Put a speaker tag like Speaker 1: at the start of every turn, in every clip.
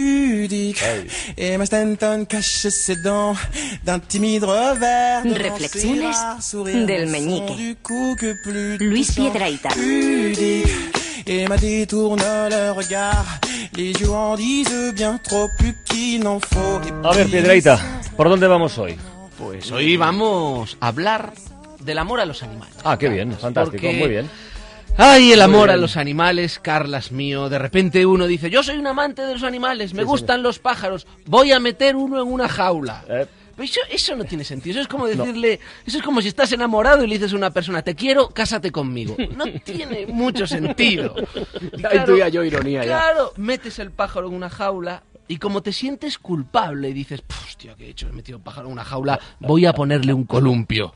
Speaker 1: pudique et ma Stanton cache ses dents d'un timide revers devant
Speaker 2: Reflexiones
Speaker 1: ses rares sourires
Speaker 2: del
Speaker 1: au fond
Speaker 2: meñique.
Speaker 1: du cou que plus
Speaker 2: Luis
Speaker 1: touchant,
Speaker 2: Piedrahita.
Speaker 1: pudique et ma détourne le regard les yeux en disent bien trop plus qu'il n'en faut
Speaker 3: A ver, Piedraita, ¿por dónde vamos hoy?
Speaker 4: Pues hoy vamos a hablar del amor a los animales.
Speaker 3: Ah, qué bien, fantástico,
Speaker 4: Pues Porque-
Speaker 3: muy bien.
Speaker 4: Ay, el amor a
Speaker 3: bien.
Speaker 4: los animales, Carlas mío. De repente uno dice, yo soy un amante de los animales, me gustan los pájaros, voy a meter uno en una jaula.
Speaker 3: Eh.
Speaker 4: Pero Eso, eso no tiene sentido. Eso es como decirle, eso es como si estás enamorado y le dices a una persona, te quiero, cásate conmigo. No tiene mucho sentido. Y
Speaker 5: Ya intuía yo ironía, ya.
Speaker 4: Claro, metes el pájaro en una jaula y como te sientes culpable y dices, "Pf, hostia, ¿qué he hecho? He metido el pájaro en una jaula, voy a ponerle un columpio.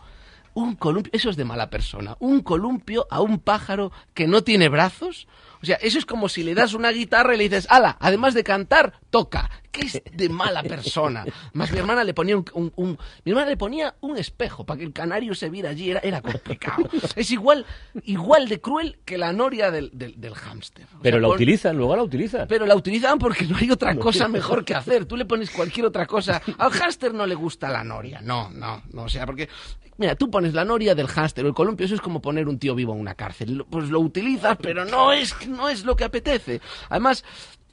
Speaker 4: Un columpio, eso es de mala persona. Un columpio a un pájaro que no tiene brazos. O sea, eso es como si le das una guitarra y le dices, ala, además de cantar, toca. Que es de mala persona. Más mi hermana le ponía un, un- un- mi hermana le ponía un espejo para que el canario se viera allí. Era, era complicado. Es igual, igual de cruel que la noria del, del, del hámster. O
Speaker 3: Pero
Speaker 4: sea,
Speaker 3: la
Speaker 4: pon-
Speaker 3: utilizan, luego la utilizan.
Speaker 4: pero la utilizaban porque no hay otra cosa mejor que hacer. Tú le pones cualquier otra cosa. Al hámster no le gusta la noria. No, no, no. O sea, porque. Mira, tú pones la noria del hámster o el columpio. Eso es como poner un tío vivo en una cárcel. Lo- Pues lo utilizas, pero no es, no es lo que apetece. Además,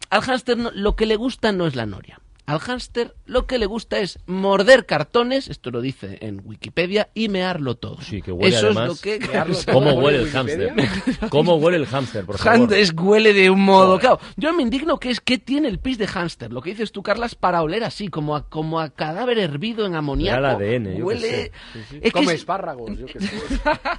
Speaker 4: al hámster no- lo que le gusta no es la noria. Al hámster lo que le gusta es morder cartones, esto lo dice en Wikipedia, y mearlo todo.
Speaker 3: Sí, que huele
Speaker 4: Eso
Speaker 3: además.
Speaker 4: es lo que...
Speaker 3: ¿Cómo
Speaker 5: ¿Cómo
Speaker 3: huele el
Speaker 5: huele
Speaker 3: hámster?
Speaker 5: Wikipedia?
Speaker 3: ¿Cómo huele el hámster, por favor?
Speaker 4: Hámster es huele de un modo.
Speaker 3: Joder.
Speaker 4: Claro, yo me indigno que es que tiene el pis de hámster. Lo que dices tú, Carlas, para oler así, como a, como a cadáver hervido en amoníaco.
Speaker 3: Al ADN, yo qué
Speaker 4: huele.
Speaker 3: sé.
Speaker 4: Es que
Speaker 5: Come
Speaker 4: es-
Speaker 5: espárragos, yo qué sé.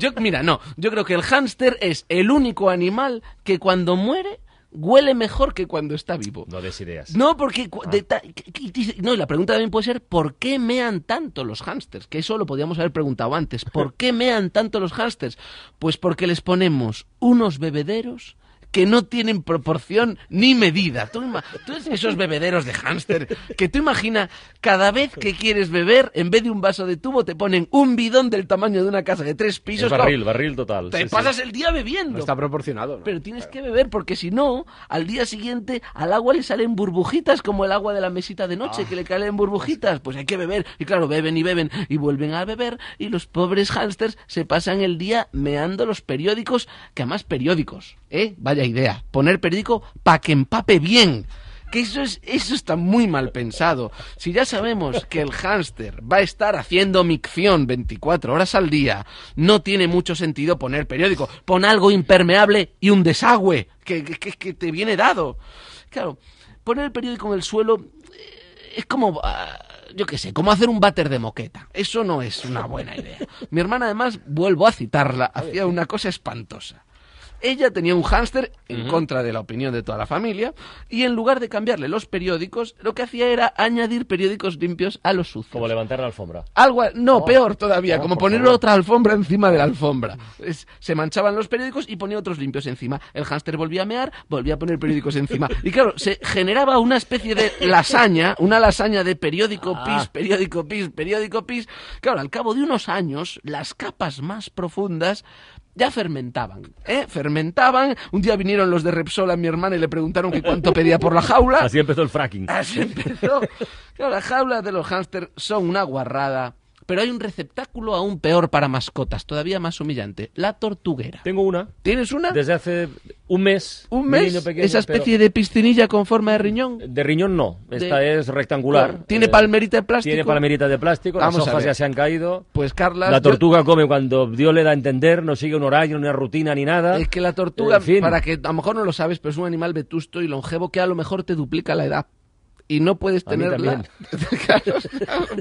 Speaker 4: yo- mira, no. Yo creo que el hámster es el único animal que cuando muere huele mejor que cuando está vivo.
Speaker 3: No des ideas. Ah.
Speaker 4: No, porque... cu- de ta- que- que- dice- no, y la pregunta también puede ser, ¿por qué mean tanto los hámsters? Que eso lo podíamos haber preguntado antes. ¿Por qué mean tanto los hámsters? Pues porque les ponemos unos bebederos que no tienen proporción ni medida. Tú, ima- tú es- esos bebederos de hámster que tú imagina cada vez que quieres beber, en vez de un vaso de tubo, te ponen un bidón del tamaño de una casa de tres
Speaker 3: Es
Speaker 4: pisos.
Speaker 3: barril,
Speaker 4: Claro,
Speaker 3: barril total.
Speaker 4: Te
Speaker 3: sí, sí.
Speaker 4: pasas el día bebiendo.
Speaker 5: No está proporcionado, ¿no?
Speaker 4: Pero tienes que beber porque si no, al día siguiente al agua le salen burbujitas como el agua de la mesita de noche que le caen burbujitas. Pues hay que beber. Y claro, beben y beben y vuelven a beber y los pobres hámsters se pasan el día meando los periódicos, que además periódicos, ¿eh? Vaya idea. Poner periódico para que empape bien. Que eso, es, eso está muy mal pensado. Si ya sabemos que el hámster va a estar haciendo micción 24 horas al día, no tiene mucho sentido poner periódico. Pon algo impermeable y un desagüe que, que- que te viene dado. Claro, poner el periódico en el suelo eh, es como... ah, yo qué sé, como hacer un váter de moqueta. Eso no es una buena idea. Mi hermana, además, vuelvo a citarla, hacía una cosa espantosa. Ella tenía un hámster en contra de la opinión de toda la familia y en lugar de cambiarle los periódicos, lo que hacía era añadir periódicos limpios a los sucios.
Speaker 3: Como levantar la alfombra.
Speaker 4: Algo, a- no, peor todavía,
Speaker 5: no,
Speaker 4: como
Speaker 5: por
Speaker 4: poner
Speaker 5: favor.
Speaker 4: otra alfombra encima de la alfombra. Es- se manchaban los periódicos y ponía otros limpios encima. El hámster volvía a mear, volvía a poner periódicos encima. Y claro, se generaba una especie de lasaña, una lasaña de
Speaker 5: Ah.
Speaker 4: periódico pis, periódico pis, periódico pis. Claro, al cabo de unos años, las capas más profundas ya fermentaban, ¿eh? Fermentaban. Un día vinieron los de Repsol a mi hermana y le preguntaron que cuánto pedía por la jaula.
Speaker 3: Así empezó el fracking.
Speaker 4: Ah. Así empezó. Claro, las jaulas de los hámster son una guarrada. Pero hay un receptáculo aún peor para mascotas, todavía más humillante, la tortuguera.
Speaker 3: Tengo una.
Speaker 4: ¿Tienes una?
Speaker 3: Desde hace un mes.
Speaker 4: ¿Un
Speaker 3: mi
Speaker 4: mes?
Speaker 3: niño pequeño,
Speaker 4: ¿Esa
Speaker 3: pero-
Speaker 4: especie de piscinilla con forma de riñón?
Speaker 3: De riñón no. Esta
Speaker 4: De-
Speaker 3: es rectangular.
Speaker 4: ¿Tiene
Speaker 3: Eh,
Speaker 4: palmerita de plástico?
Speaker 3: Tiene palmerita de plástico. Las
Speaker 4: Vamos a
Speaker 3: hojas
Speaker 4: ver.
Speaker 3: ya se han caído.
Speaker 4: Pues Carla...
Speaker 3: La
Speaker 4: yo-
Speaker 3: tortuga come cuando Dios le da a entender, no sigue un horario, ni una rutina, ni nada.
Speaker 4: Es que la tortuga,
Speaker 3: En fin.
Speaker 4: para que a lo mejor no lo sabes, pero es un animal vetusto y longevo que a lo mejor te duplica la edad. Y no puedes
Speaker 3: A mí
Speaker 4: tenerla. Claro,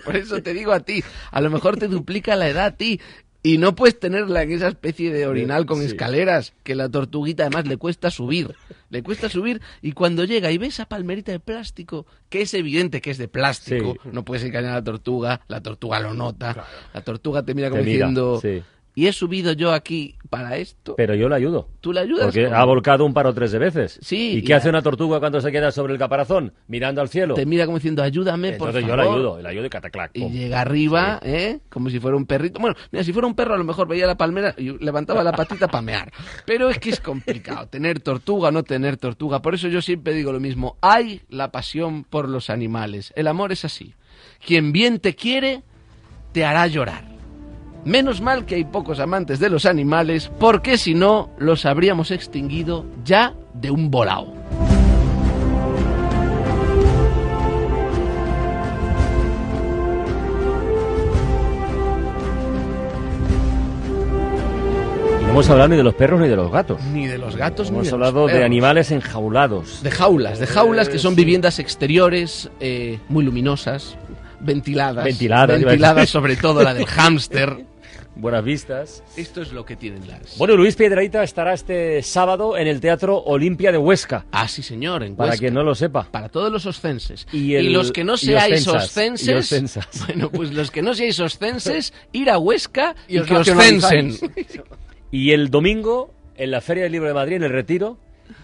Speaker 4: por eso te digo a ti. A lo mejor te duplica la edad a ti. Y no puedes tenerla en esa especie de orinal con
Speaker 3: Sí.
Speaker 4: escaleras, que la tortuguita además le cuesta subir. Le cuesta subir y cuando llega y ve esa palmerita de plástico, que es evidente que es de plástico,
Speaker 3: Sí.
Speaker 4: no puedes engañar a la tortuga, la tortuga lo nota, la tortuga te mira
Speaker 3: Te
Speaker 4: como
Speaker 3: mira,
Speaker 4: diciendo,
Speaker 3: sí.
Speaker 4: y he subido yo aquí para esto.
Speaker 3: Pero yo le ayudo.
Speaker 4: ¿Tú le ayudas?
Speaker 3: Porque ah,
Speaker 4: ¿O
Speaker 3: ha
Speaker 4: no?
Speaker 3: volcado un par o tres de veces.
Speaker 4: Sí,
Speaker 3: ¿Y
Speaker 4: y
Speaker 3: qué hace
Speaker 4: a-
Speaker 3: una tortuga cuando se queda sobre el caparazón? Mirando al cielo.
Speaker 4: Te mira como diciendo, ayúdame, por
Speaker 3: Entonces
Speaker 4: favor.
Speaker 3: yo le ayudo, le ayudo y cataclac.
Speaker 4: Y
Speaker 3: pum.
Speaker 4: llega arriba, ¿eh? Como si fuera un perrito. Bueno, mira, si fuera un perro a lo mejor veía la palmera y levantaba la patita para mear. Pero es que es complicado tener tortuga o no tener tortuga. Por eso yo siempre digo lo mismo. Hay la pasión por los animales. El amor es así. Quien bien te quiere, te hará llorar. Menos mal que hay pocos amantes de los animales, porque si no, los habríamos extinguido ya de un volao.
Speaker 3: Y No hemos hablado ni de los perros ni de los gatos.
Speaker 4: Ni de los gatos, ni
Speaker 3: Hemos
Speaker 4: de
Speaker 3: hablado
Speaker 4: los
Speaker 3: de
Speaker 4: perros.
Speaker 3: animales enjaulados.
Speaker 4: De jaulas, de jaulas que
Speaker 3: Eh,
Speaker 4: son
Speaker 3: sí.
Speaker 4: viviendas exteriores eh, muy luminosas, ventiladas.
Speaker 3: Ventiladas, iba a
Speaker 4: ventiladas
Speaker 3: decir.
Speaker 4: sobre todo la del hámster.
Speaker 3: Buenas vistas.
Speaker 4: Esto es lo que tienen las...
Speaker 3: Bueno, Luis Piedraita estará este sábado en el Teatro Olimpia de Huesca.
Speaker 4: Ah, sí, señor, en
Speaker 3: Para
Speaker 4: Huesca.
Speaker 3: quien no lo sepa.
Speaker 4: Para todos los oscenses.
Speaker 3: Y el-
Speaker 4: los que no
Speaker 3: y
Speaker 4: seáis
Speaker 3: ostensas, y
Speaker 4: oscenses...
Speaker 3: ostensas.
Speaker 4: Bueno, pues los que no seáis oscenses, ir a Huesca y,
Speaker 5: Y os
Speaker 4: que
Speaker 5: nacionalizáis.
Speaker 4: oscensen.
Speaker 3: Y el domingo, en la Feria del Libro de Madrid, en el Retiro,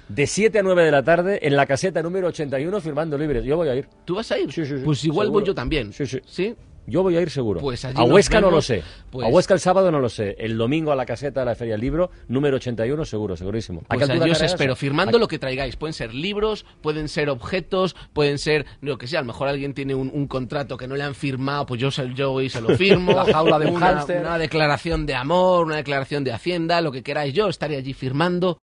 Speaker 3: de 7 a 9 de la tarde, en la caseta número 81, firmando libros. Yo voy a ir.
Speaker 4: ¿Tú vas a ir?
Speaker 3: Sí, sí, sí,
Speaker 4: pues igual voy
Speaker 3: seguro.
Speaker 4: yo también.
Speaker 3: Sí, sí.
Speaker 4: ¿Sí?
Speaker 3: Yo voy a ir seguro.
Speaker 4: Pues allí
Speaker 3: a
Speaker 4: nos
Speaker 3: Huesca no lo
Speaker 4: vemos,
Speaker 3: sé.
Speaker 4: pues-
Speaker 3: A Huesca el sábado no lo sé. El domingo a la caseta de la Feria del Libro, número 81, seguro, segurísimo. ¿A qué
Speaker 4: Pues
Speaker 3: altura
Speaker 4: allí os
Speaker 3: cargas?
Speaker 4: espero, firmando
Speaker 3: ¿A-
Speaker 4: lo que traigáis. Pueden ser libros, pueden ser objetos, pueden ser lo que sea. A lo mejor alguien tiene un, un contrato que no le han firmado, pues yo, se- yo voy y se lo firmo.
Speaker 5: La jaula de un
Speaker 4: una,
Speaker 5: hámster.
Speaker 4: una declaración de amor, una declaración de hacienda, lo que queráis. Yo estaré allí firmando